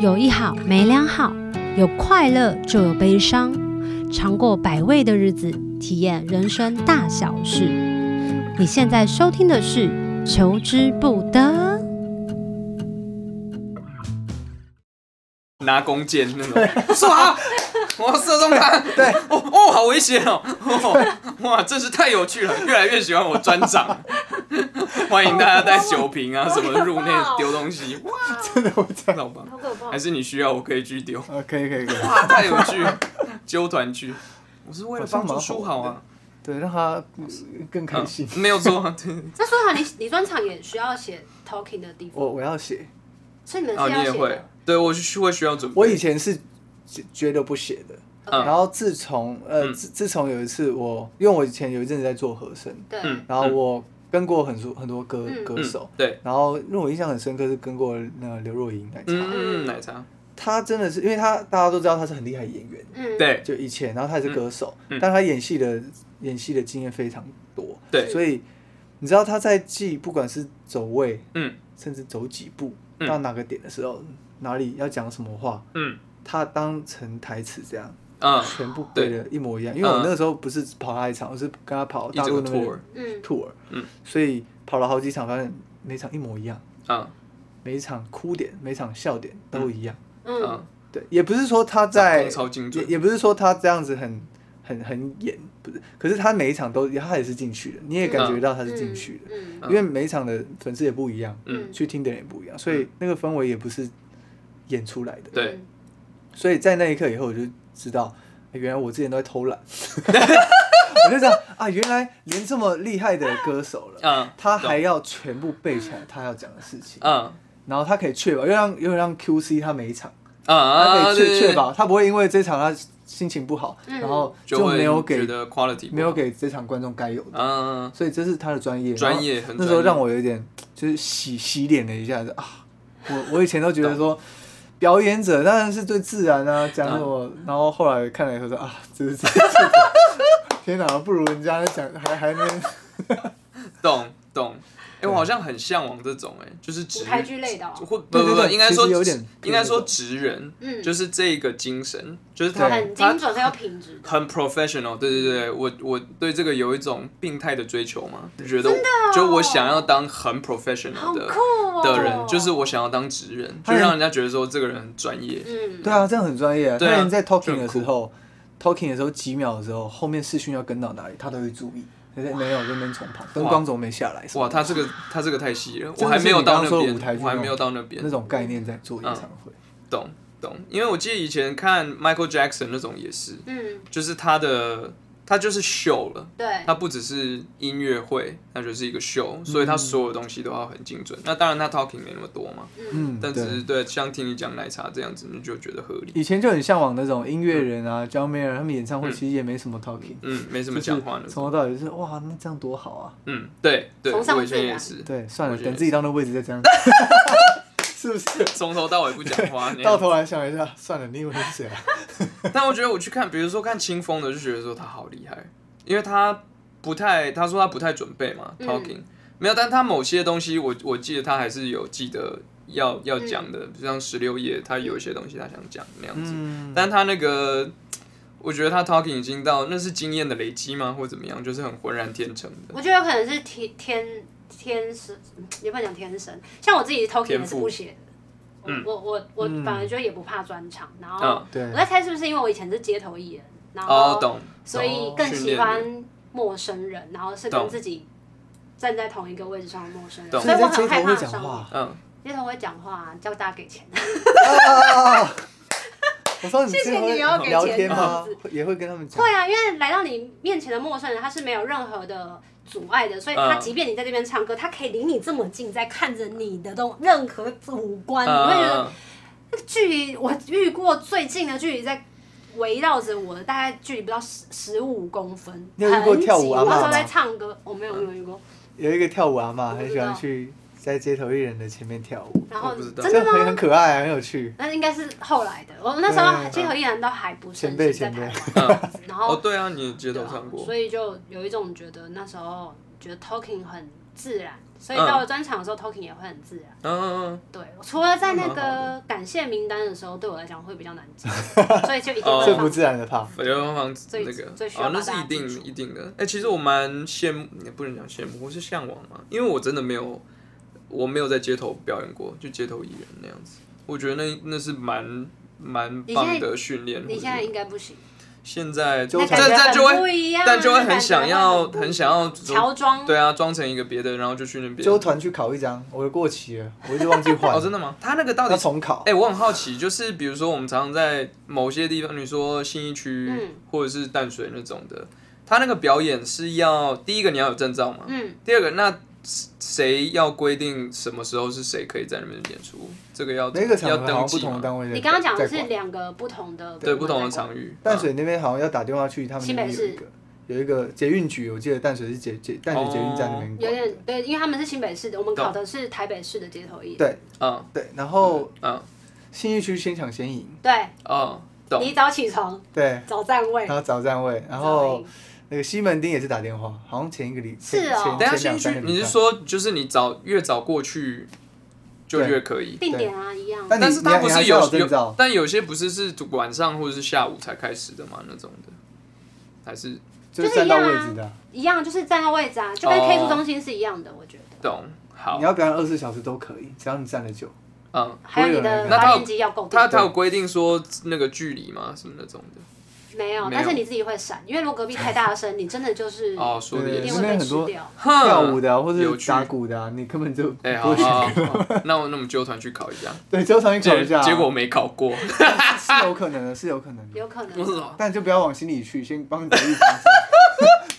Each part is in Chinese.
有一好没两好，有快乐就有悲伤，尝过百味的日子，体验人生大小事。你现在收听的是《求之不得》。拿弓箭那种，唰，我要射中他，对，哦哦，好危险哦，哦哇，真是太有趣了，越来越喜欢我专长，欢迎大家带酒瓶啊什么的入内丢东西，哇，真的会这样。老板，好可怕还！是你需要我可以去丢，啊，可以可以 可以，哇，太有趣了，揪团去，我是为了帮助好像蛮书好豪啊，对，让他更开心。嗯没有 错，对那说好你你专场也需要写 talking 的地方，我我要写，所以你们哦是你要也写会的。，对我是会需要准备，我以前是觉觉得不写的，嗯然后自从呃嗯自自从有一次我，因为我以前有一阵子在做和声，对，嗯然后我跟过很多很多歌嗯歌嗯手，对，然后让我印象很深刻是跟过那个刘若英奶茶，嗯嗯，奶茶，她真的是因为她大家都知道她是很厉害的演员，嗯，对就以前，然后她也是歌手，嗯嗯但她演戏的演戏的经验非常多，对，所以你知道她在记不管是走位，嗯甚至走几步嗯到哪个点的时候，哪里要讲什么话，嗯她当成台词这样。嗯，全部背的一模一样，因为我那个时候不是跑他一场，我是跟他跑一大整陆个那边 tour，的嗯， tour，嗯所以跑了好几场，发现每场一模一样，嗯每一场哭点，每一场笑点都一样。嗯嗯，，对，也不是说他掌在控，超精也准，也不是说他这样子很很很演，不是，可是他每一场都他也是进去的，你也感觉到他嗯是进去的，嗯嗯因为每一场的粉丝也不一样，嗯嗯，去听的人也不一样，所以那个氛围也不是演出来的。嗯对，所以在那一刻以后，我就知道，欸原来我之前都在偷 懒。我就知道啊，原来连这么厉害的歌手了，嗯，他还要全部背起来他要讲的事情，嗯。然后他可以确保，又让又让 QC 他每一场，啊他啊！可以对对确对确保他不会因为这场他心情不好，嗯然后就会没有觉给得 quality 不好没有给这场观众该有的，嗯所以这是他的专业。专业很专业那时候让我有点就是洗洗脸了一下子啊，我我以前都觉得说。表演者当然是最自然啊，讲什么，嗯然后后来看了以后说啊，这是 这是，天哪，不如人家讲还还能懂懂。哎、我好像很向往这种哎、就是职舞台剧类的哦或不对不对不，对应该说其实有点应该说职人，嗯哦就是这个精神，就是他对很他精准，还有品质的。很 professional，对对对，我我对这个有一种病态的追求嘛，就觉得就我想要当很 professional 哦好的酷哦！的人，就是我想要当职人，就他很让人家觉得说这个人很专业，嗯，对啊，这样很专业啊。他对啊连在就 talking 很的时候，talking 的时候几秒的时候，后面视讯要跟到哪里，他都会注意。没有没有跟边重跑，灯光怎么没下来？什么哇，他这个他这个太细了，真的是我还没有到你那刚刚说的边舞台，剧我还没有到那边那，种概念在做演唱会，懂懂，因为我记得以前看 Michael Jackson 那种也是，嗯，就是他的他就是秀了，对，嗯他不只是音乐会，他就是一个秀，所以嗯他所有东西都要很精准。那当然他 talking 没那么多嘛，嗯，但只对。是对像听你讲奶茶这样子，你就觉得合理。以前就很向往那种音乐人啊，John Mayer 他们演唱会其实也没什么 talking，嗯，没什怎么讲话呢。从头到尾就是哇，那这样多好啊！嗯，对对，从上啊我以前至也下是，对，算了，我觉得等自己到那位置再 这样，是不是？从头到尾不讲 话。那样到头来想一下，算了，你以为是谁啊？但我觉得我去看，比如说看清风的，就觉得说他好厉害，因为他不太，他说他不太准备嘛嗯，talking、没有，但他某些东西我，我记得他还是有记得要要讲的，就像十六页，他有一些东西他想讲那样子。嗯，但他那个，我觉得他 talking 已经到那是经验的累积吗，或怎么样，就是很浑然天成的。我觉得有可能是天天天生，嗯也不能讲天生，像我自己 talking 天也是赋不写的。我嗯我我我嗯反而就也不怕专场，然后嗯，对我，在猜是不是因为我以前是街头艺人，然哦，后懂，所以更喜欢陌生人，然后是懂跟自己站在同一个位置上的陌生人，懂所以所我以在街很害头怕会讲上话面。嗯，街头会讲话，叫大家给钱。 啊！我说你谢谢最后你会要给聊钱天这吗样子？会也会跟他们讲会。啊，因为来到你面前的陌生人，他是没有任何的阻碍的，所以他嗯即便你在这边唱歌，他可以离你这么近，在看着你的动任何五官，嗯啊你会觉嗯得嗯那个距离我遇过最近的距离在。围绕着我的大概距离不到十十五公分，你有遇过很跳舞挤阿我嬷那时候吗在唱歌，我没有没有遇过。有一个跳舞阿妈，我不很知喜道欢去在街头艺人的前面跳舞，然后我不知道真这的很吗很？可爱啊，很有趣。那应该是后来的。我那时候对啊街头艺人都还不盛前辈行在台前辈嗯湾，然后哦，对啊，你街头唱对啊过所，以就有一种觉得那时候觉得 talking 很自然，所以到了专场的时候、t a l k i n g 也会很自然。嗯，对，除了在那那蛮好个感谢名单的时候，对我来 讲会比较难记，所以就一定哦会最放不自然的怕，我觉得放这最个最需啊要，那把是大家一定记住一定的。哎、其实我蛮羡慕，也不能讲羡慕，我是向往嘛，因为我真的没有，我没有在街头表演过，就街头艺人那样子。我觉得那那是蛮蛮你现棒在的训练。或你者现在应该不 行，现在纠这那感缠觉这就很不会，一样，啊但就会很感觉想要不很想要乔装，对啊，装成一个别的，然后就训练别纠人。团去考一张，我就过期了， 我一直忘记换哦，，真的吗？他那个到底要重考哎、。我很好奇，就是比如说我们常常在某些地方，你说信义区、嗯或者是淡水那种的，他那个表演是要第一个你要有证照嘛，嗯，第二个那谁要规定什么时候是谁可以在那边演出，这个要每个场要合好像登不记同的吗？单位在你刚刚讲的在是管两个不同的对，不同的场场域。淡水那边好像要打电话去他们那新边北有一市个有一个捷运局，我记得淡水是捷捷淡水捷运站那边有管的点对，因为他们是新北市的，我们懂考的是台北市的街头艺人。对啊，对，然后嗯嗯信义区先抢先赢，对，嗯，懂。你早起床，对，早站位然，后找站位，然早后赢那个西门町也是打电话，好像前一个礼是前哦前等一下前两先三去个，礼你是拜说就是你早越早过去就对越可以？定点啊一样。但但是它你不你还是是要有有证照有，但有些不是是晚上或者是下午才开始的嘛，那种的，还是就就是是站一到样位啊置的啊，一样，就是站到位置啊，就跟哦 K 出中心是一样的，我觉得。懂好你，要表演二十四小时都可以，只要你站得久。嗯，还有你不会有的人那他发有电机要够它大，它有规定说那个距离吗？是那种的，没有，没有但是你自己会闪，因为如果隔壁太大声，你真的就是哦，说的一也定是会那被边很吃多掉。哼跳舞的啊，或嗯有者趣打鼓的啊，你根本就哎、不好会选好好，好那我那我们纠团去考一下， 对，就上 去考结一下啊。结果我没考过，是有可能的，是有可能的，有可我能，操，但就不要往心里去，先帮你预防针。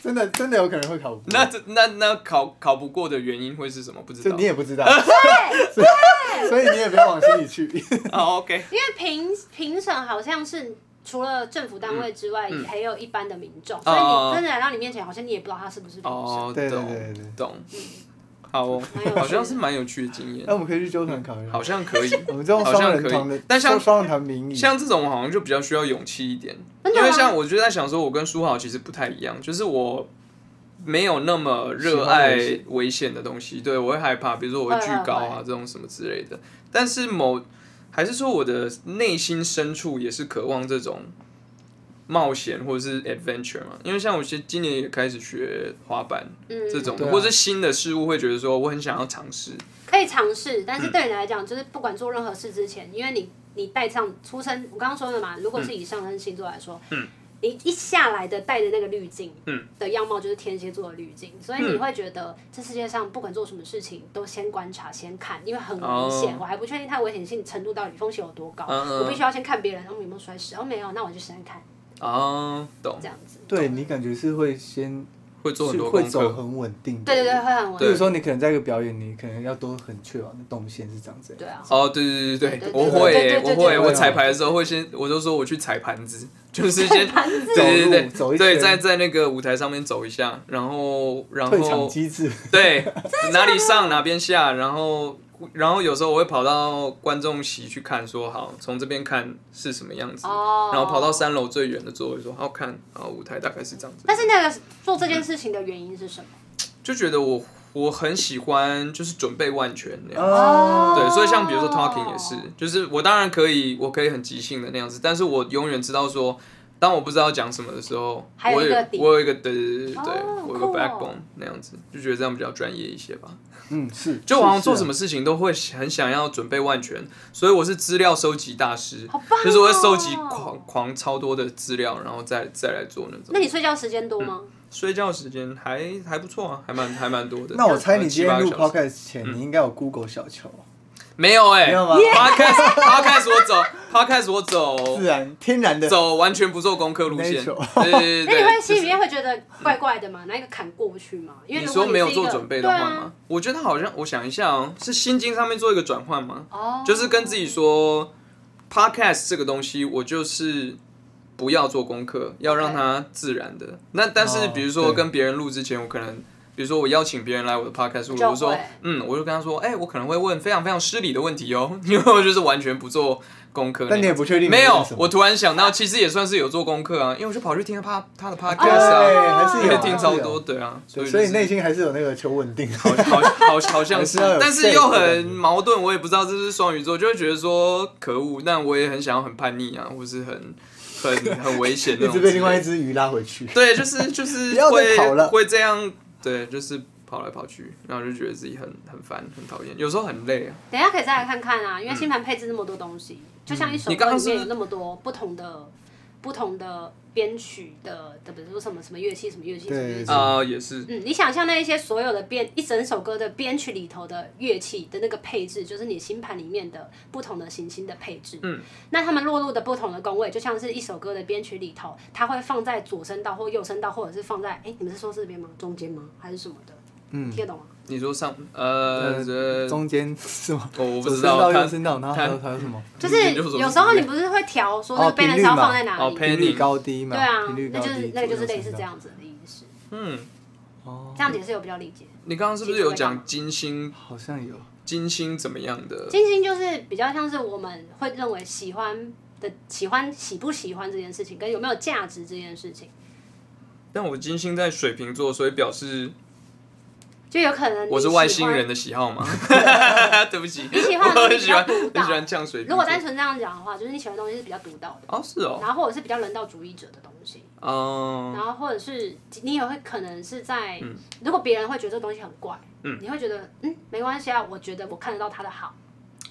真的，真的有可能会考不过那这那那考考不过的原因会是什么？不知这道你。也 不知道，所以所以你也不要往心里去。 哦，OK，因为评评审好像是除了政府单位之外，嗯嗯还有一般的民众，所以哦你真的来到你面前，好像你也不知道他是不是评审。哦，对对懂对对。懂，好哦蛮有，趣的好像是蛮有趣的经验那，我们可以去纠团考一下好。像可 以。我们这种双人好像团可以的，但像双人团名义，像这种好像就比较需要勇气一点，真 的因啊为吗 像我就在想说，我跟书豪其实不太一样，就是我没有那么热喜欢危爱险嗯危险的东西，对我会害怕，比如说我会会惧高会啊会这种什么之类的。但是某还是说我的内心深处也是渴望这种冒险或者是 adventure 嘛，因为像我其实今年也开始学滑板嗯，这种，对啊或者是新的事物，会觉得说我很想要尝试。可以尝试，但嗯是对你来讲，就是不管做任何事之前，因为你你带上出生，我刚刚说的嘛，如果是以上升星座来说，嗯你一下来的带的那个滤镜，嗯的样貌就是天蝎座的滤镜，所以你会觉得这世界上不管做什么事情都先观察先看，因为很危险，哦我还不确定它危险性程度到底风险有多高，嗯嗯嗯我必须要先看别人，他们有没有摔死，哦没有，那我就试试看，啊，懂这，样子，对你感觉是会先会做很是多会功走课，很稳定的对路。对对，会很危比如险，说你可能在一个表演，你可能要多很确保那动线是长这样。对啊，哦，对对对对对对我对会对耶，对我对对会，对我彩排的时候会先，我就说我去踩盘子，就是 先，对走路对走对一对，圈在在那个舞台上面走一下，然后然退场后机制，对哪里上哪边下，然后然后有时候我会跑到观众席去看，说好从这边看是什么样子，哦然后跑到三楼最远的座位说好看，然后舞台大概是这样子，但是那个做这件事情的原因是什么？就觉得我我很喜欢就是准备万全那样。哦对，所以像比如说 talking 也是，就是我当然可以，我可以很即兴的那样子，但是我永远知道说，当我不知道讲什么的时候，还有我一个有底我有一个对对对对对，哦我有个酷哦 backbone 那样子，就觉得这样比较专业一些吧。啊嗯是，就我好像是做什么，事情都会很想要准备万全，所以我是资料收集大师，好棒哦就是我会收集狂狂超多的资料，然后再再来做那种。那你睡觉时间多吗？睡觉时间还还不错啊，还蛮还蛮多的。是啊那我呃猜你七今八天个小录时 podcast 前，你应该有 Google 小球，没有哎、没有吗 podcast podcast 我走 podcast 我走自然天然的，嗯哦走完全不做功课路线， Natural 对对对那你会对。就心里是面会觉得怪怪的吗？哪一个坎过不去吗？因为你如果说没有是一个做准备的话对啊吗？我觉得好像，我想一下哦，是心境上面做一个转换吗？啊哦，就是跟自己说，podcast 这个东西，我就是不要做功课，要让它自然的。那但是比如说哦对跟别人录之前，我可能。比如说我邀请别人来我的 podcast，我就就说会，嗯，我就跟他说，哎、我可能会问非常非常失礼的问题哦， 因为我就是完全不做功课那种。但你也不确定你没问有什，么我突然想到，其实也算是有做功课啊，因为我就跑去听了他他的哦对， podcast 啊，还是因有为还听是超有多，对啊，所对以所以就是内心还是有那个求稳定。哦好好好像是还是要，有但是 sense 又很矛盾，我也不知道这是双鱼座，就会觉得说可恶，但我也很想要很叛逆啊，或是很很很危险那 一种直之类的。被另外一只鱼拉回去。对，就是就是 不要再会跑了会这样，对，就是跑来跑去，然后就觉得自己很很烦，很讨厌，有时候很累啊。等一下可以再来看看啊，因为星盘配置那么多东西，就像一首嗯你刚歌刚里是面有那么多不同的、不同的编曲的，的比如说什么什么乐器、什么乐器、什么乐对器。啊、也是，嗯，你想象那一些所有的编一整首歌的编曲里头的乐器的那个配置，就是你星盘里面的不同的行星的配置。嗯，那他们落入的不同的宫位，就像是一首歌的编曲里头，它会放在左声道或右声道，或者是放在哎、你们是说这边吗？中间吗？还是什么的？嗯，听得懂吗？你说上呃这中间是吗？我我不左知声道道他右声道，然后还有他还有什么？就是你就是有时候你不是会调说那个哦频 balance 率要嘛放在哪哦里？频频率高低嘛，对啊频率，那高就是低，那个就是左右类似这声道。样子的意思。嗯，哦，这样解释有比较理解。你刚刚是不是有讲金星好像有。金星怎么样的？金星就是比较像是我们会认为喜欢的喜欢喜不喜欢这件事情，跟有没有价值这件事情，但我金星在水瓶座，所以表示就有可能你我是外星人喜的喜好嘛。 对不起，你喜欢的我很东西比喜较欢独很喜欢到。呛水瓶座。如果单纯这样讲的话，就是你喜欢的东西是比较独到的，哦是哦，然后或者是比较人道主义者的东西，嗯然后或者是你也会可能是在嗯，如果别人会觉得这东西很怪，嗯你会觉得嗯没关系啊，我觉得我看得到它的好，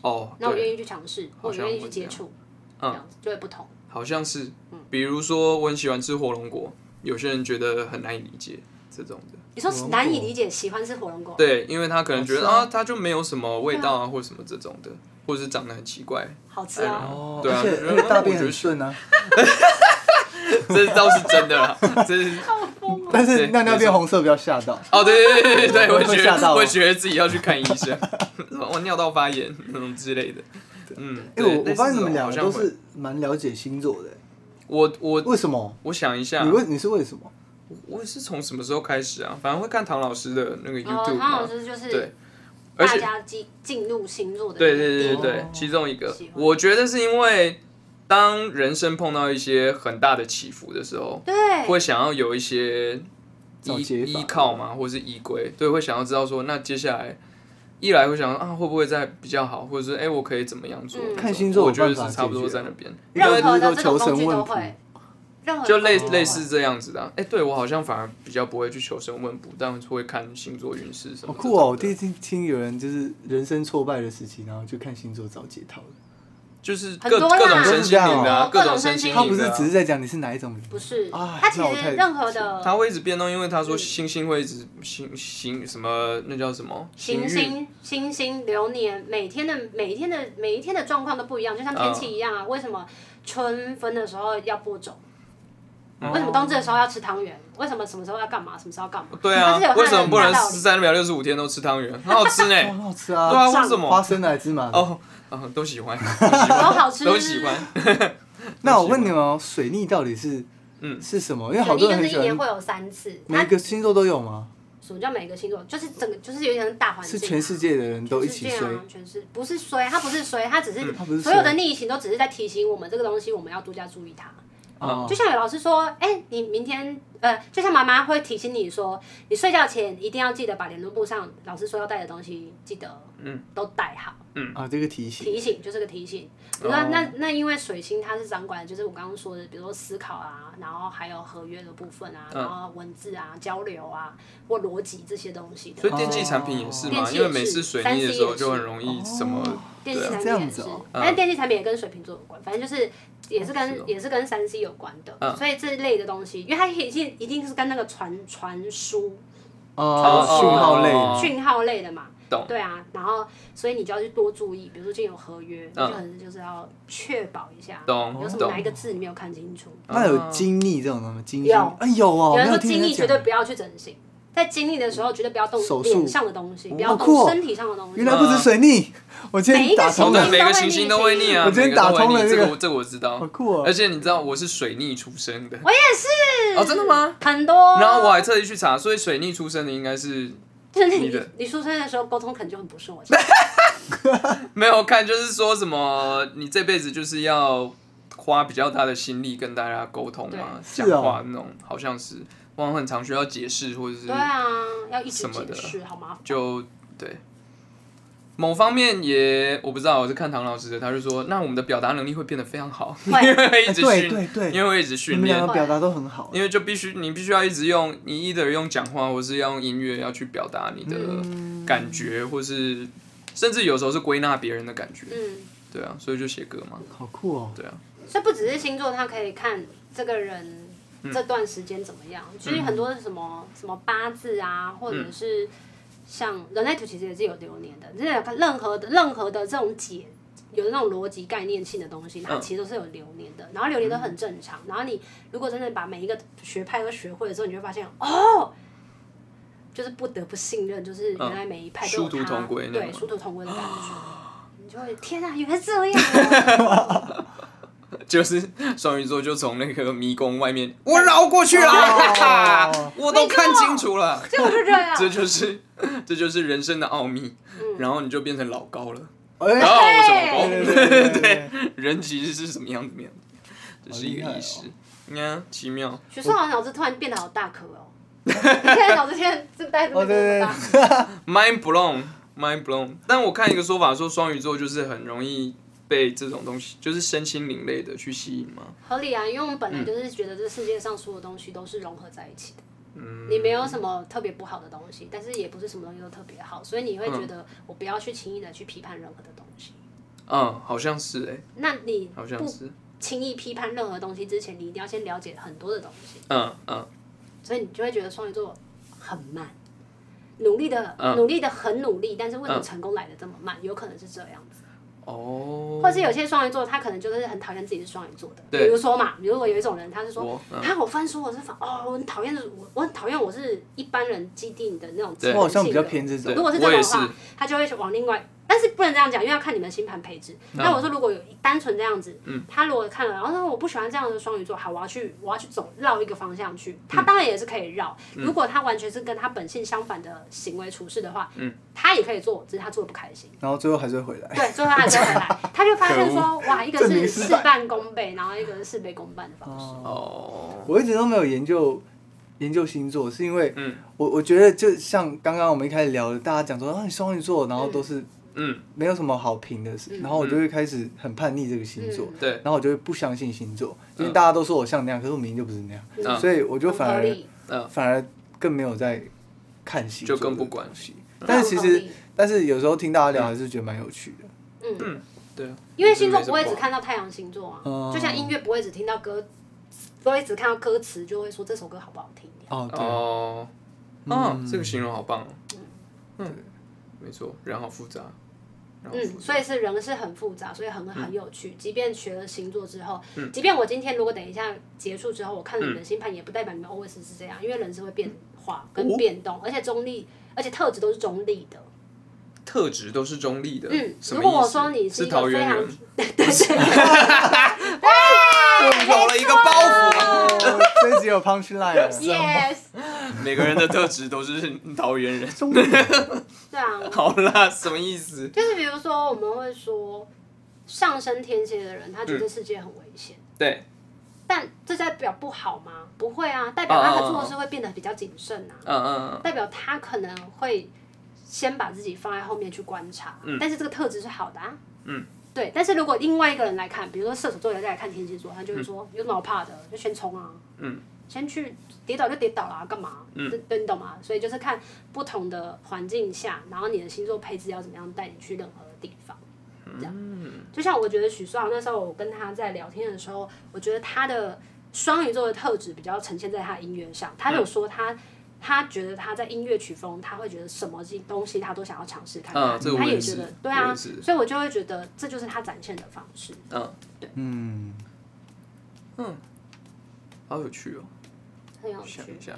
哦，那我对愿意去尝试，好我像愿意会去这接样触，这嗯样子就会不同。好像是，嗯比如说我很喜欢吃火龙果，有些人觉得很难以理解这种的，你说火龙难以果理解喜欢吃火龙果，对，因为他可能觉好得吃啊啊，它就没有什么味道啊，嗯或什么这种的，或者是长得很奇怪，好吃啊。哦，对啊而且我觉而得且大我觉便得很是顺啊，这倒是真的啦， 这是好疯哦！但是对尿尿没变错红色比较吓到。哦，对对对对对，我会觉吓得到我哦觉得自己要去看医 生，我尿道发炎那种之类的，嗯，哎，对我我类似发现这你们种两好个像都会是蛮了解星座的，我我为什么？我想一下你，为你是为什么？我是从什么时候开始啊？反正会看唐老师的那个然后 YouTube 哦唐嘛老，师就是对，而大且家进进入星座的对那个对对地对方对哦，其中一个喜，欢我觉得是因为当人生碰到一些很大的起伏的时候，对会想要有一些找依解法依靠嘛，或是依归，对，会想要知道说，那接下来一来会想啊，会不会再比较好，或者是哎、我可以怎么样做嗯？看星座我觉得有办法是差不多解决在那边，因任为何因的为这这种工种求具神都问卜会，任何就类工具都类会似这样子的啊、哎、对我好像反而比较不会去求神问卜，但会看星座运势什么。好酷哦！我第一，次听有人就是人生挫败的时期，然后就看星座找解套的。就是很各多啦哦各种身心灵的、啊，各种各种身身心心灵灵的的他啊、不是只是在讲你是哪一种人，不是，哎它其那我太实任何的它会一直变动，因为他嗯说星星会一直星星什么那叫什么行运星、星星、流年，每天的每一天的每一天的状况都不一样，就像天气一样啊。为什么春分的时候要播种？嗯为什么冬至的时候要吃汤圆？为什么什么时候要干嘛？什么时候要干嘛？对它啊是有它，的为什么不能大道理十三秒六十五天都吃汤圆？很好吃呢、哇，很 好吃对啊！啊，为什花么？生的还是芝麻的？哦，啊，都喜欢，都喜欢都好吃都喜欢。嗯那我问你们哦，水逆到底是嗯是什么？因为水好逆多人就是很一喜年欢会有三次，每一个星座都有吗？什么叫每个星座？就是整个就是有点像大环境、是啊，全世界的人都一是起这样衰嗯啊，，全是不是衰，它不是衰，它只是它不是所有的衰逆行都只是在提醒我们这个东西，我们要多加注意它。哦就像有老师说，哎、你明天呃，就像妈妈会提醒你说，你睡觉前一定要记得把联络簿上老师说要带的东西记得，嗯，都带好。啊，这个提醒提醒就是个提醒。哦那那那因为水星它是掌管，就是我刚刚说的，比如说思考啊，然后还有合约的部分啊，嗯然后文字啊、交流啊或逻辑这些东西的。 所以电器产品也是电嘛，器也因为每次水逆的时候是哦就很容易什么电器对产啊这品样也是，子哦但是电器产品也跟水瓶座有关，反正就是也是哦跟、是哦也是跟三 C 有关的，嗯所以这类的东西，因为它一定一定是跟那个传传输哦，传讯号类哦讯号类的嘛。懂对啊，然后所以你就要去多注意，比如说今天有合约，你嗯可能就是要确保一下，懂有什么懂嗯哪一个字你没有看清楚。那有精密这种东西吗？精有啊有哦，有人没说听精力讲绝对不要去整形，在经历的时候绝对不要动手术脸上的东西，不要好酷动哦身体上的东西原。来不止水逆，我今每一天个打哦通对，星座，了每个行星都会逆啊，我今天每个都会打通了逆这这个我这个我知好道。酷而哦！且你知道我是水逆出生的我也是哦，真的吗？很多。啊然后我还特意去查，所以水逆出生的应该是就是你你的你出生的时候沟通可能就很不顺，我觉得没有看，就是说什么你这辈子就是要花比较大的心力跟大家沟通嘛，对讲话那种，好像是我很常需要解释或者是对啊，要一直什么解的释，好麻烦。就对。某方面也我不知道，我是看唐老师的，他就说，那我们的表达能力会变得非常好， 因会为一直哎对训，对对因为会一直你训们练两，个表达都很好，因为就必须你必须要一直用，你 either 用讲话，或是要用音乐要去表达你的嗯感觉，或是甚至有时候是归纳别人的感觉，嗯，对啊，所以就写歌嘛，好酷哦！对啊，所以不只是星座，它可以看这个人嗯这段时间怎么样。其实很多是什么什么八字啊，或嗯者是像人类图其实也是有流年的，就是有任何的任何的这种解。有那种逻辑概念性的东西，它嗯其实都是有流年的，然后流年都很正常。然后你如果真的把每一个学派都学会了之后，你就会发现哦，就是不得不信任，就是原来每一派都嗯有殊途它同归那种对吗殊途同归 的感觉。你就会天啊，原来是这样啊、就是 双鱼座就从那个迷宫外面，我绕过去了，哦 我都看清楚了，就是这样。这就是这就是人生的奥秘，然后你就变成老高 了，然哎，后我什么嗯对高？对对对对，人其实是什么样怎么样，这是一个意识好厉，哦你看奇妙，许绍洋脑子突然变得好大颗 哦，你现在脑子现在这袋子哦变对得对大， mind blown mind blown。但我看一个说法说双鱼座就是很容易被这种东西，就是身心灵类的去吸引嘛。合理啊，因为我们本来就是觉得这世界上所有东西都是融合在一起的。嗯你没有什么特别不好的东西，但是也不是什么东西都特别好，所以你会觉得我不要去轻易的去批判任何的东西。嗯，好像是哎、那你好像不是，轻易批判任何东西之前，你一定要先了解很多的东西，嗯嗯所以你就会觉得双鱼座很慢，努力的、嗯努力的很努力，但是为什么嗯成功来的这么慢？有可能是这样子。哦，或是有些双鱼座，他可能就是很讨厌自己是双鱼座的。对比如说嘛，如果有一种人，他是说我，嗯啊，我翻书我是反，哦，我很讨厌我，我很讨厌我是一般人既定的那种基本性格。我好像比较偏这对种如，果是这我种也的是话，他就会往另外，但是不能这样讲，因为要看你们星盘配置。嗯那我说，如果有单纯这样子，他如果看了，然后说我不喜欢这样的双鱼座，好，我要去，我要去走绕一个方向嗯去，他当然也是可以绕。如果他完全是跟他本性相反的行为处事的话，嗯他也可以做，只是他做的不开心。然后最后还是会回来。对，最后他就回来，他就发现说，哇，一个证是明事失败半功倍，然后一个是事倍功半的方式。哦，我一直都没有研究研究星座，是因为嗯我我觉得就像刚刚我们一开始聊的，大家讲说啊你双鱼座，然后都是嗯，没有什么好评的事，然后我就会开始很叛逆这个星座，对然后我就会不相信星座，因为大家都说我像那样，可是我明明就不是那样，嗯所以我就反很合而理，反而更没有在看星座，就更不管。但是其实很合理，但是有时候听大家聊，还是觉得蛮有趣的。嗯，对啊，因为星座不会只看到太阳星座啊哦，就像音乐不会只听到歌，不会只看到歌词就会说这首歌好不好听。哦，对，哦，啊，这个形容好棒哦，对嗯，没错，人好复杂，人好复嗯，杂所以是人是很复杂，所以很很有趣。嗯即便学了星座之后，即便我今天如果等一下结束之后，我看了你们的星盘，也不代表你们 always 是这样，因为人是会变化跟哦变动，而且中立，而且特质都是中立的。特质都是中立的。嗯，什如么果意我思说你是一个桃非园常 人， 有了一个包哦袱，这集有 punch line， yes，每个人的特质都是桃园人。终于对啊， 好啦，什么意思？就是比如说我们会说上升天蝎的人，他觉嗯得世界很危险，对，但这代表不好吗？不会啊，代哦表他的做事会变得比较谨慎啊。嗯嗯代表他可能会先把自己放在后面去观察，但是这个特质是好的啊。嗯，对。但是如果另外一个人来看，比如说射手座人再来看天蝎座，他就会说、有什么好怕的，就先冲啊。嗯，先去跌倒就跌倒啦，干嘛？嗯，你懂吗？所以就是看不同的环境下，然后你的星座配置要怎么样带你去任何的地方。嗯这样，就像我觉得许绍洋那时候我跟他在聊天的时候，我觉得他的双鱼座的特质比较呈现在他的音乐上。嗯他有说他他觉得他在音乐曲风，他会觉得什么东西他都想要尝试看看，嗯这个我他也也觉是得对我啊，也是所以我就会觉得这就是他展现的方式。嗯，嗯，好有趣哦，很有趣想，一下。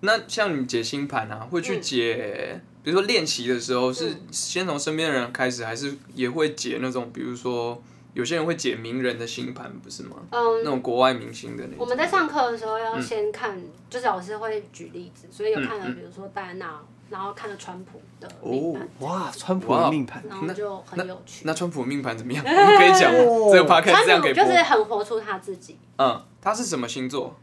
那像你解星盘啊，会去解，比如说练习的时候是嗯先从身边的人开始，还是也会解那种，比如说有些人会解名人的星盘，不是吗？那嗯，种国外明星的那我种。们在上课的时候嗯要先看，就是老师会举例子，所以有看了，比如说戴安娜，然后看了川普的命盘，哇，川普的命盘，然后就很有趣。哦那川普命盘怎么样？ 我们可以讲吗？哦这个 p o d 这川样普可以就播。是很活出他自己。嗯，他是什么星座？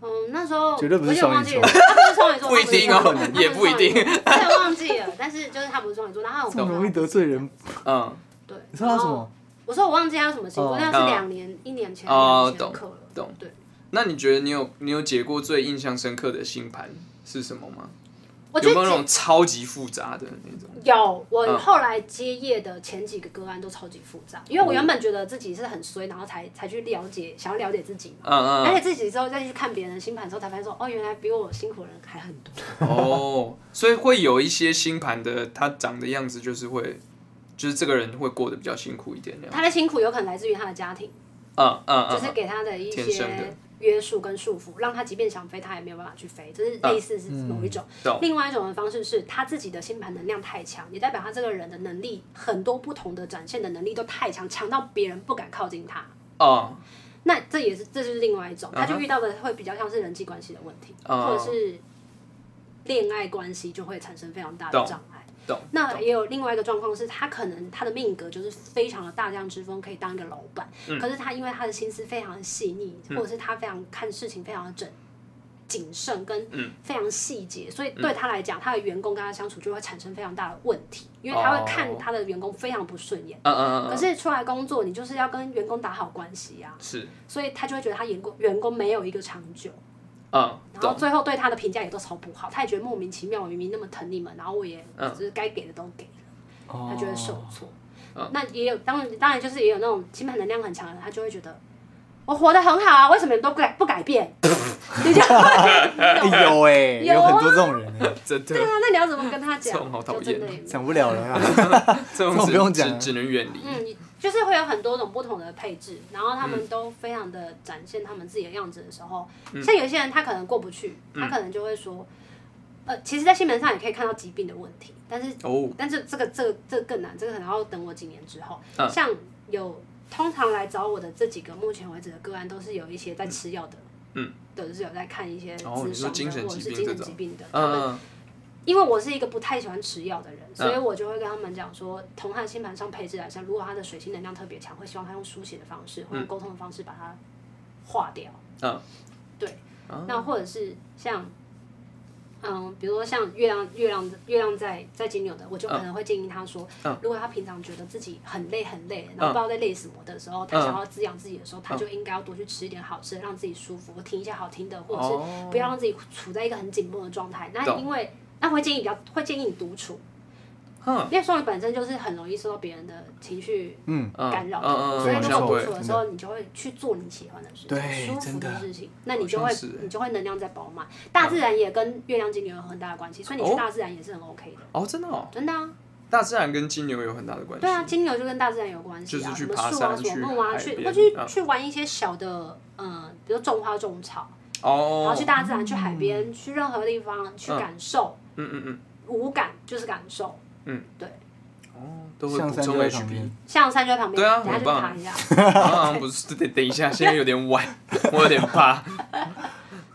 嗯，那时候绝对不是我有点忘记了，双鱼他不是双鱼 座，不一定哦他是双鱼，座也不一定。他。是双鱼座我有点忘记了，但是就是他不是双鱼座，然后这哦么容易我得罪人。嗯，对，你说他什然后么？我说我忘记他什么星座，哦那是两年、一年前、哦两年前的懂课了。懂对，那你觉得你有你有解过最印象深刻的星盘是什么吗？我有觉没有那得种超级复杂的那种？有，我嗯后来接业的前几个个案都超级复杂，因为我原本觉得自己是很衰，然后才才去了解，想要了解自己嘛。嗯而嗯且自己之后再去看别人的星盘之后，才发现说，哦，原来比我辛苦的人还很 多。哦，所以会有一些星盘的，他长的样子就是会，就是这个人会过得比较辛苦一点那样。他的辛苦有可能来自于他的家庭，嗯嗯就嗯是嗯，给他的一天生的些约束跟束缚，让他即便想飞，他也没有办法去飞，这是类似是某一种。嗯懂另外一种的方式是他自己的星盘能量太强，也代表他这个人的能力很多不同的展现的能力都太强，强到别人不敢靠近他。哦那这也是这就是另外一种，他嗯就哼遇到的会比较像是人际关系的问题，哦或者是恋爱关系就会产生非常大的懂障碍。懂。那也有另外一个状况是，他可能他的命格就是非常的大将之风，可以当一个老板，嗯可是他因为他的心思非常的细腻，或者是他非常看事情非常的整。谨慎跟嗯非常细节，所以对他来讲，他的员工跟他相处就会产生非常大的问题，因为他会哦看他的员工非常不顺眼。嗯嗯可嗯，是出来工作，你就是要跟员工打好关系啊。是所以他就会觉得他员工员工没有一个长久，嗯然后懂最后对他的评价也都超不好，他也觉得莫名其妙，我明明那么疼你们，然后我也嗯就是该给的都给了，他就会受哦挫。哦嗯那也有当然当然就是也有那种心盘能量很强的人，他就会觉得我活得很好啊，为什么你们都不改不改变？ 你就哦会有哎有哎、有啊有很多这种人、欸，真的对啊，那你要怎么跟 他这种讲？好讨就厌真的也没有讲不了了啊。 这种这种只不用讲只只能远离。嗯，就是会有很多种不同的配置，然后他们都非常的展现他们自己的样子的时候，嗯像有些人他可能过不去，他可能就会说，呃，其实，在新闻上也可以看到疾病的问题，但是，哦但是这个这个这个更难，这个可能要等我几年之后。嗯像有通常来找我的这几个目前为止的个案，都是有一些在吃药的，嗯，都是有在看一些哦咨你说询精的神或者疾是病精这神种疾病的，他们嗯因为我是一个不太喜欢吃药的人，所以我就会跟他们讲说，同他的星盘上配置来讲，如果他的水星能量特别强，会希望他用书写的方式或用沟通的方式把它化掉。嗯，对。那或者是像，嗯，比如说像月亮，月亮，月亮在在金牛的，我就可能会建议他说，如果他平常觉得自己很累很累，然后不知道在累什么的时候，他想要滋养自己的时候，他就应该要多去吃一点好吃的，让自己舒服，听一些好听的，或者是哦嗯不要让自己处在一个很紧绷的状态。那因为那会建议比较会建议你独处，嗯因为双鱼本身就是很容易受到别人的情绪嗯，嗯干扰嗯嗯，所以好如像果会独处的时候，你就会去做你喜欢的事对情，舒服真的事情，那你就会好像是嗯你就会能量在饱满。大自然也跟月亮金牛有很大的关系，所以你去大自然也是很 OK 的，哦，真的哦，真的啊。大自然跟金牛有很大的关系。对啊，金牛就跟大自然有关系就是啊，去什么爬树啊、山什么木去啊，海去边或去嗯去玩一些小的，嗯，比如种花种草，然后哦去，大自然、去海边、去任何地方去感受，嗯嗯嗯，无感就是感受。嗯，对，哦，都会象补山充就在旁边 HP。，像山就在旁边，对啊等下很去棒爬一下。啊，不是，等等一下，现在有点晚， 我有点怕。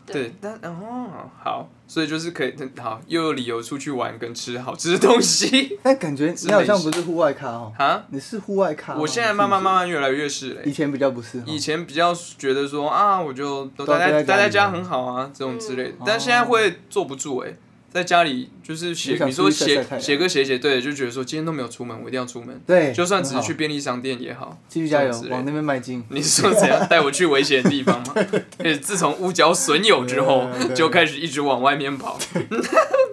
对，但哦，好，所以就是可以，好，又有理由出去玩跟吃好吃的东西 但感觉你好像不是户外咖哦、啊。你是户外咖吗。我现在慢慢是不慢慢越来越是哦是，嘞，以前比较不是哦、以前比较觉得说啊，我就都都待在待在家待在里家面很好啊，这种之类的嗯，但现在会坐不住哎。在家里就是你写，想你说出去晒写晒太阳写歌写写，对，就觉得说今天都没有出门，我一定要出门，对，就算只是很好去便利商店也好， 继续加油这种之类，的往那边 迈进。你是说怎样带我去危险的地方 吗？而且自从乌角损友之后对，对就开始一直往外面 跑，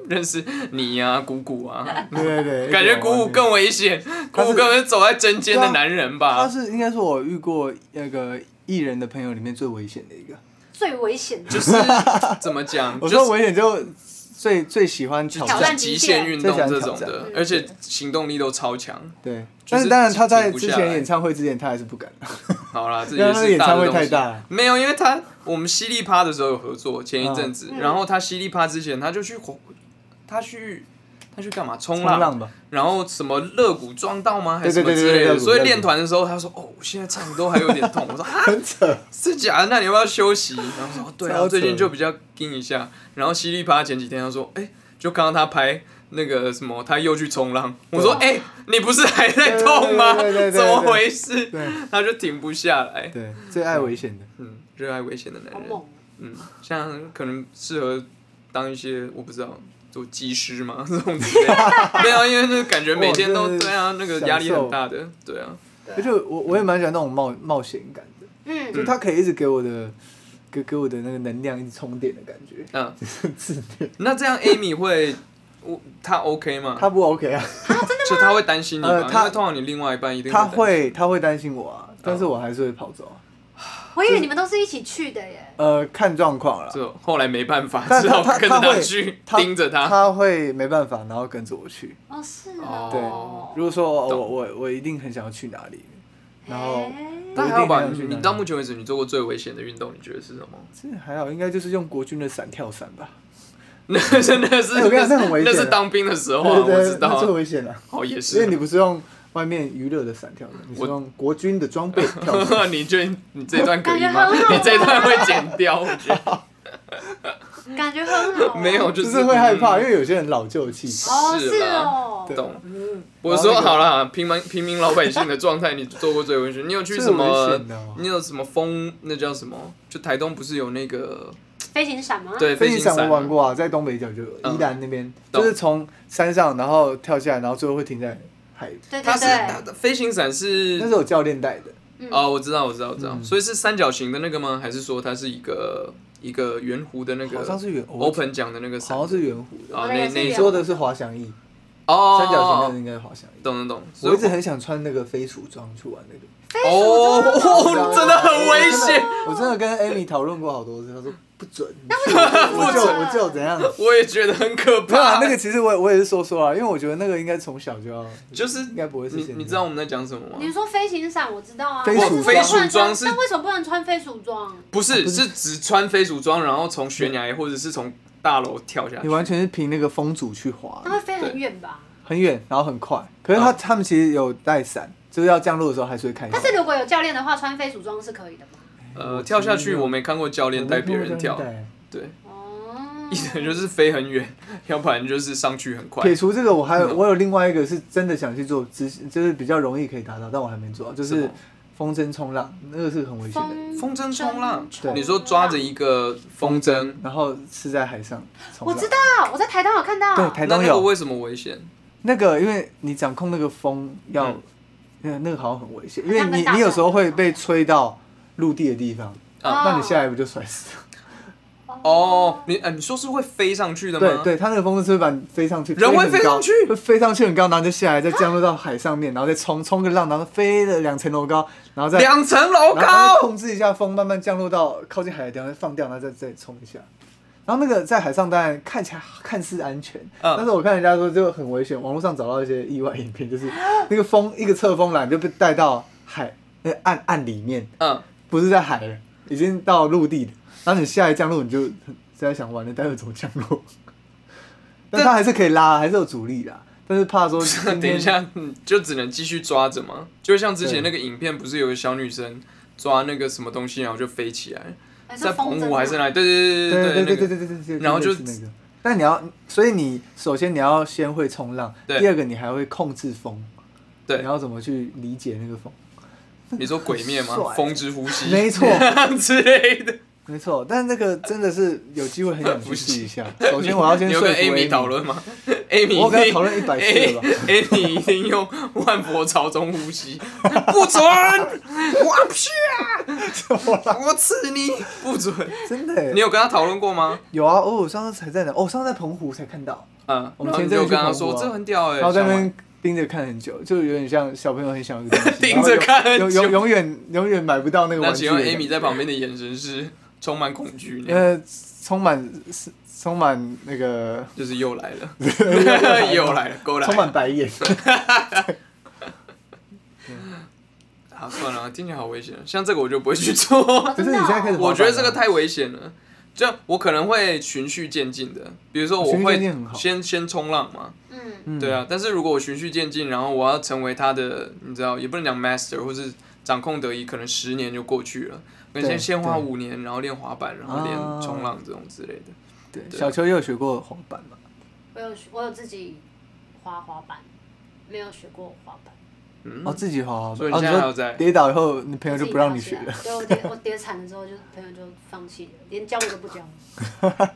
认识你呀、姑姑啊，对对对，感觉姑姑更危险，姑姑根本是走在针尖的男人他吧？是应该是我遇过那个艺人的朋友里面最危险的一个。最危险的就，是怎么讲， 我就说是危险就最最喜欢挑挑就是战战，极限运动这种最喜欢挑的，而且行动力都超强。对。就是但是当然他在之停不下前来演唱会之前他还是不敢，好啦，这那也那个是演大唱的会东太西。大，没有，因为他我们犀利趴的时候有合作，前一阵子，嗯然后他犀利趴之前他就去火，他去他去干嘛？冲冲浪，浪吧，然后什么肋骨撞到吗？还是什么对对对之类对肋的？骨所以肋骨练团的时候他说：“哦，我现在唱都还有点痛。”我说：“哈，很扯，是假的？那你要不要休息？”然后说哦：“对啊，超扯最近就比较硬一下。”然后犀利趴前几天他说：“哎、就刚刚他拍。”那个什么，他又去冲浪。我说：“哎、你不是还在痛吗？对对对对对对怎么回事对？”他就停不下来。对，最爱危险的，嗯，热爱危险的男好人。猛哦，嗯，像可能适合当一些我不知道做技师嘛 这种之类的，对啊，因为就是感觉每天哇都真的是对啊，那个压力很大的，对啊，而且我我也蛮喜欢那种冒冒险感的，嗯，就它可以一直给我的给给我的那个能量一直充电的感觉，嗯，自恋，那这样 Amy 会，我他 OK 吗？他不 OK 啊，就他会担心你吗？呃因他为通常你另外一半一定他会会他会担心我啊，但是我还是会跑走啊，我以为你们都是一起去的耶，呃，看状况啦担心，就后来没办法， 但只他好他跟着他会去他盯着他。他会没办法，然后跟着我去。哦是对哦，，如果说我懂我我一定很想要去哪里，然后哎但还有吧，我一定你会你到目前为止你做过最危险的运动，你觉得是 什么？这还好，应该就是用国军的伞跳伞吧。那真的是，哎我跟你讲那很危险那是的当兵的时候啊，我知道那最啊。危险了，哦，也是。因为你不是用外面娱乐的伞跳伞，你是我用国军的装备 跳伞。你觉得你这段可以吗？感觉很好玩你这段会剪掉？我觉 得感觉很好啊， 没有，就就是嗯会害怕，因为为有些人老旧气质，哦是是啦哦，对懂。嗯，我说好了，平民平民老百姓的状态，你做过最危险。你有去什最危么险的哦？你有什么风？那叫什么？就台东不是有那个飞行伞吗？，对 啊飞行行伞伞我玩吗？过啊，在东北角就有嗯宜兰那边，懂就是从山上然后跳下来，然后最后会停在海。对它对是它对，的飞行伞那是是有教练带的，嗯哦，我知道，我知道，我知道。嗯所以是三角形的那个吗？还是说它是一个一个圆弧的那个？好像是圆我 open 奖的那个伞。好像是圆弧的。哦，我的那也是那你圆说的是滑翔翼，哦，三角形那个应该是滑翔翼。懂懂懂。我一直很想穿那个飞鼠装去玩那个。哦，装 真的很危险。我真的跟 Amy 讨论过好多次，她说不准，不我就准我 就怎样。我也觉得很可没有啊怕。，那个其实我也我也是说说啊，因为我觉得那个应该从小就要，就是应该不会是你现在你知道我们在讲什么吗？你说飞行伞，我知道啊，飞但鼠是为什么不能飞鼠装是穿但为什么不能穿飞鼠装？不是，啊不是是只穿飞鼠装，然后从悬崖或者是从大楼跳下去。你完全是凭那个风阻去滑它，会飞很远吧？很远然后很快。嗯可是他他们其实有带伞，就是要降落的时候还是会开伞但。是如果有教练的话，穿飞鼠装是可以的吗？呃跳下去，我没看过教练带别人跳，对，哦，一人就是飞很远，要不然就是上去很快撇。除这个，我还嗯有我有另外一个是真的想去做，只是就是比较容易可以达到，但我还没做到，就什是么风筝冲浪，那个是很危险的。风风筝冲浪对，你说抓着一个风筝，然后是在海上冲我浪，知道，我在台东有看到，对台那东那个有为什么危险？那个，因为你掌控那个风要嗯，那那个好像很危险，因好像为跟你大哦你有时候自然会被吹到陆地的地方，啊那你下来不就摔死了？哦，你呃你说是会飞上去的对吗？对，它那个风是会把你飞上去，人会很高飞上去会飞上去很高，然后就下来，再降落到海上面，然后再冲冲个浪，然后飞了两层楼高，然后再两层楼然后再高，控制一下风，慢慢降落到靠近海的地方，再放掉，然后再再冲一下。然后那个在海上当然看起来看似安全，嗯但是我看人家说就很危险，网络上找到一些意外影片，就是那个风一个侧风来你就被带到海那个岸岸里面，嗯，不是在海了，已经到陆地了。然后你下一降落，你就 在想完了，待会怎么降落？ 但它还是可以拉，还是有阻力啦。但是怕说今 等一天下，嗯就只能继续抓着嘛。就像之前那个影片，不是有个小女生抓那个什么东西，然后就飞起来，还是在风澎筝湖还是啊哪里？对对对对对对那对个。对对对，然后就类似那个。但你要，所以你首先你要先会冲浪，对第二个你还会控制风，对你要怎么去理解那个风？你说鬼灭吗很？帅风之呼吸，没错 之类的。没错，但那个真的是有机会很 想去试一下。首先我要先你说有服跟 Amy 讨，论吗 ？Amy，我跟一定他讨论一百次了吧 A-？Amy 一定用万佛朝宗呼吸，不准！我去啊！我刺你！不准！真的耶你有跟他讨论过吗？有啊？哦，我上次才在哪？哦，上次在澎湖才看到，嗯，呃我们然后前你阵就子跟他去澎湖说啊这很屌哎，然后在那想玩边盯着看很久，就有点像小朋友很想要一 个东西盯着看很久然后永永永远永远买不到那个那玩具请的问感觉。 Amy 在旁边的眼神是充满恐惧呢，呃，充满是充满那个就是又来 了，又来了，够来充满了。白眼。啊，算了，听起来好危险。像这个我就不会去 哦做，可是你现在开始滑板了，我觉得这个太危险了。就我可能会循序渐进的，比如说我循序会渐进很好先先冲浪嘛，嗯，嗯对，啊。但是如果我循序渐进，然后我要成为他的，你知道，也不能讲 master 或是掌控得宜，可能十年就过去了。可能对先先花对五年，然后练滑板，然后练啊冲浪这种之类的。对，对啊小秋也有学过滑板嘛？我有我有自己滑滑板，没有学过滑板，嗯，哦，自己滑滑所以板，你哦，现在还有说在跌倒以后，你朋友自就己不让跳你起学来了，对我跌我跌惨了之后，就朋友就放弃了，连教我都不 教。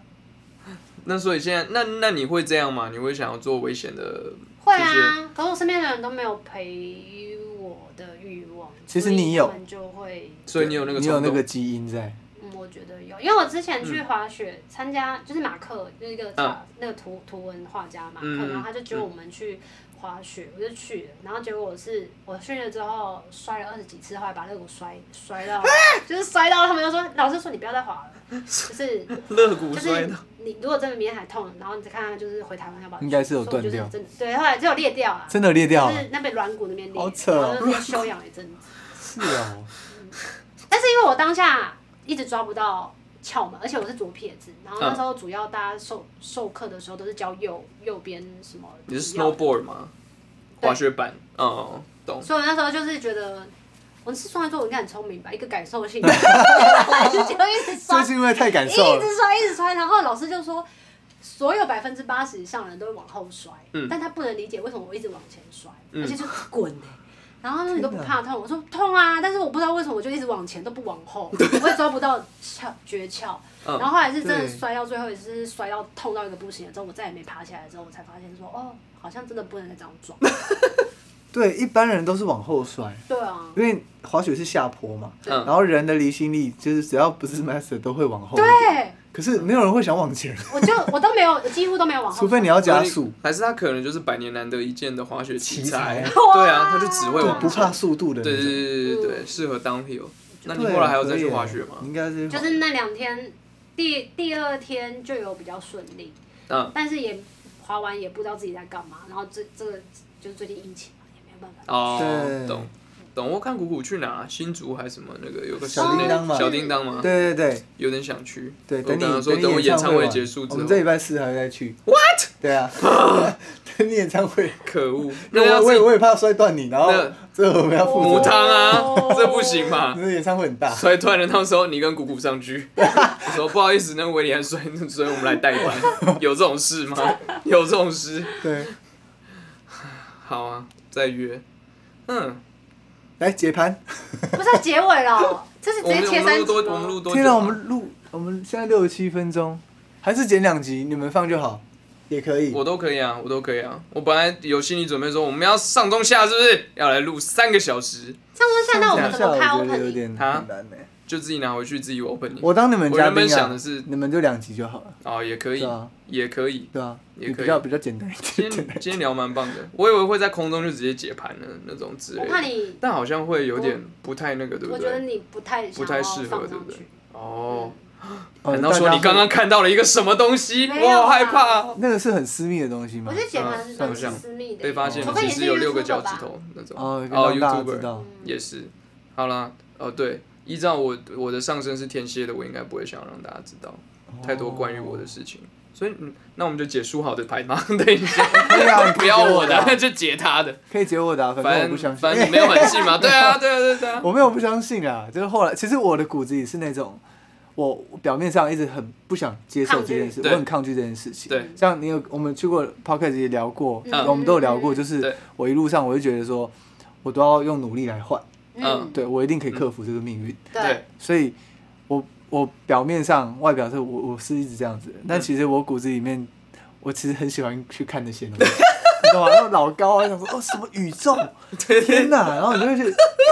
那所以现在，那那你会这样吗？你会想要做危险的？会这些啊，可是我身边的人都没有陪我的欲望，其实所以你有他们就会，所以你啊有那个你有冲那动个基因在，嗯，我觉得有，因为我之前嗯去滑雪参加，就是马克就是一个画那个图图文画家马克，嗯嗯然后他就揪我们去滑雪，我就去了，然后结果我是我去了之后摔了二十几次，后来把肋骨摔摔啊到，就是摔到他们就说老师说你不要再滑了， 就是肋骨就摔是的。你如果真的明天还痛，然后你再看看就是回台湾要不要去，应该是有所以我就断掉真的对，后来只有裂掉啊，真的裂掉就了是，那边软骨那边裂，好扯哦然后就边休养了一阵子。是哦，但是因为我当下一直抓不到窍门，而且我是左撇子，然后那时候主要大家授授课的时候都是教右右边什么，你是 snowboard 吗？对滑雪板，哦，懂。所以我那时候就是觉得。我是双鱼座，我应该很聪明吧？一个感受 性，就一直就刷，是因为太感一受了，直摔，一直摔。然后老师就说，所有百分之八十以上的人都会往后摔，嗯但他不能理解为什么我一直往前摔，嗯而且就滚欸然后他说你都不天怕痛，我说痛啊，但是我不知道为什么我就一直往前都不往后，我也抓不到窍诀窍。嗯然后后来是真的对摔到最后也是摔到痛到一个不行了之后，我再也没爬起来之后，我才发现说哦，好像真的不能再这样撞。对，一般人都是往后摔，对啊，因为滑雪是下坡嘛，嗯然后人的离心力就是只要不是 master 都会往后，对，对，可是没有人会想往前，哦我就我都没有，我几乎都没有往后除摔，非你要加速，还是他可能就是百年难得一见的滑雪奇奇才对啊，他就只会对，往不前怕速度的那对种，对对对对对，嗯适合 downhill。那对，你后来还有再去可以啊滑雪吗你？应该是就是那两天，第第二天就有比较顺利，啊嗯，但是也滑完也不知道自己在干嘛，然后这这个就是最近疫情嘛，也没有办法。哦，对懂懂。我看谷谷去哪，新竹还是什么那个有个小叮当嘛小叮当嘛，对对对有点想去。对，我等刚你刚说等你我演唱会会完结束之我们后这，礼拜四还会再去，what？对啊， 等你演唱会。可恶，那那要我自我也己我也怕摔断你，然后那 这我们要负母 责，汤啊哦，这不行吧你？的演唱会很大，摔断了，到时候你跟谷谷上去，我说不好意思，那个维里安摔，所以我们来代班，有这种事吗？有这种事？对，好啊，再约。嗯，来解盘。不是要结 尾了，这是直我们接切我们三录多集我们吗？录多久啊？天啊，我们录我们现在六十七分钟，还是剪两集，你们放就好，也可以。我都可以啊，我都可以啊。我本来有心理准备说我们要上中下是不是要来录三个小时，上中下，那我两们怎下么我开觉得有 opening？点很啊难呢。就自己拿回去自己 opening。我当你们我嘉原本宾想的啊，是你们就两集就好了，哦，也可以，对啊也可以。对啊，也也可以比较比较简单一今点。 天今天聊蛮棒的，我以为会在空中就直接解盘的那种之类我怕的，你，但好像会有点不太那个，对不我觉得对？你不太不太适合想要放对不上对去。哦，哦 难道说你刚刚看到了一个什么东西？没有我啊好害怕，那个是很私密的东西吗我觉？得解盘是算不蛮像私密的，被发现除你非其你实是有六个 YouTuber 脚趾吧。头那种。哦，哦让大家，YouTuber 知道。也是。好啦，哦对，依照我我的上身是天蝎的，我应该不会想让大家知道哦太多关于我的事情，所以嗯那我们就解书豪的牌嘛， 等一下， 对啊，你可以不要解我的 啊啊，就解他的，可以解我的啊，反正我反不相正信。反正你没有很信 嘛，对啊，对啊，对啊对啊，我没有不相信啊，就是后来，其实我的骨子里是那种，我表面上一直很不想接受这件抗拒事，我对很抗拒这件事情。对，像你有我们去过 podcast 也聊过，嗯我们都有聊嗯过，就是对我一路上我就觉得说，我都要用努力来换，嗯嗯，对我一定可以克服这个命运，对对，所以我我表面上外表是我我是一直这样子的，嗯但其实我骨子里面，我其实很喜欢去看那些东西。 你懂吗？然后老高啊，想说哦什么宇宙，天哪！然后你就会去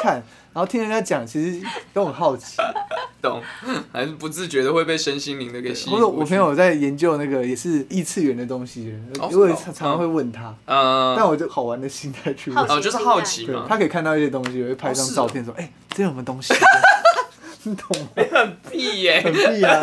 看，然后听人家讲，其实都很好奇。懂， 还是不自觉的会被身心灵的给吸引或者我过去朋，友在研究那个也是异次元的东西，哦因为是哦常常会问他，但呃，我就好玩的心态去好问奇，哦，就是好奇对，嘛，他可以看到一些东西，我会拍哦张是哦照 片 说，哎，这有什么东西？你懂吗？ 很屁耶，很屁啊！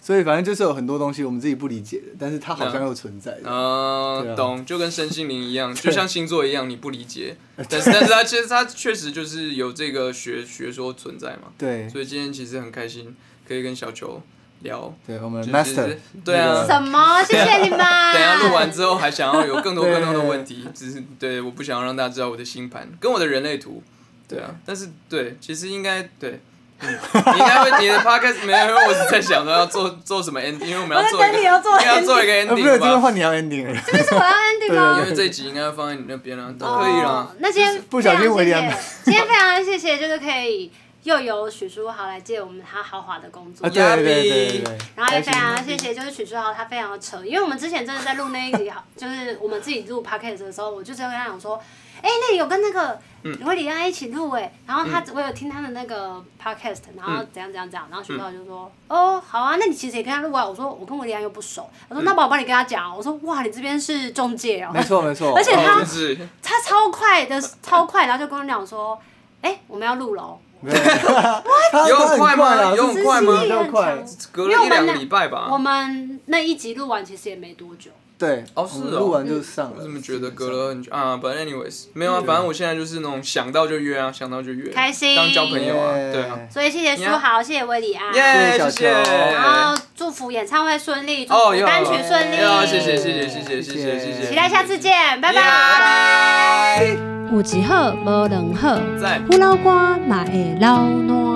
所以反正就是有很多东西我们自己不理解的，但是它好像又存在的。对嗯，啊懂，就跟身心灵一样，就像星座一样，你不理解，呃但是但是它其实它确实就是有这个学学说存在嘛，对所以今天其实很开心，可以跟小球聊，对，我们就是呃 master 对啊那个什么？谢谢你 们。等一下录完之 后还想要有更多对更多的问题，只是对，我不想要让大家知道我的星盘跟我的人类图，对啊，但是对，其实应该对。嗯、你应该会你的 podcast 没有，因为我是在想说要做做什么 end，因为我们要做一我在等个你要做因为要做一个啊，不对， ending 这边吧，换你要 ending 了。这是我要 ending 吗对因？为这一集应该放在你那边啊，都哦可以啦。那今天不小心非常为难谢谢今天非常谢谢，就是可以又由许书豪来接我们他豪华的工作啊，。对对对对对。然后也非开常心谢谢，就是许书豪他非常的扯，因为我们之前真的在录那一集， 就是我们自己录 podcast 的时候，我就只有跟他讲说，哎、那里有跟那个嗯维里安一起录哎、然后他、我有听他的那个 podcast，然后嗯怎样怎样怎样，然后许书豪就说，哦，好啊，那你其实也跟他录啊，我说我跟维里安又不熟，他说那我帮你跟他讲啊，我说哇，你这边是中介哦、嗯没错没错，而且哦，他就是 他超快的，超快，然后就跟我讲说，哎、我们要录楼，没有他有他很快吗啊有这很快吗这有么很快强，隔了一两个礼拜我嗯吧，们那一集录完其实也没多久，对，哦是我们哦录完就上了。我怎么觉得隔了很久啊？反正 anyways 没有啊，反正我现在就是那种想到就约啊，想到就约，嗯开心当交朋友啊，耶对啊，所以谢谢书豪，谢谢威里安耶，谢谢谢谢小乔。然后祝福演唱会顺利，祝哦福有单曲顺利，有谢谢谢谢谢谢谢谢谢谢，期待下次见，拜耶拜拜，有一好无两好，赞有老瓜嘛会老暖。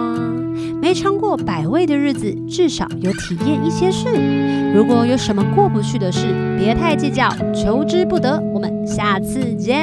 没尝过百味的日子，至少有体验一些事。如果有什么过不去的事，别太计较，求之不得。我们下次见。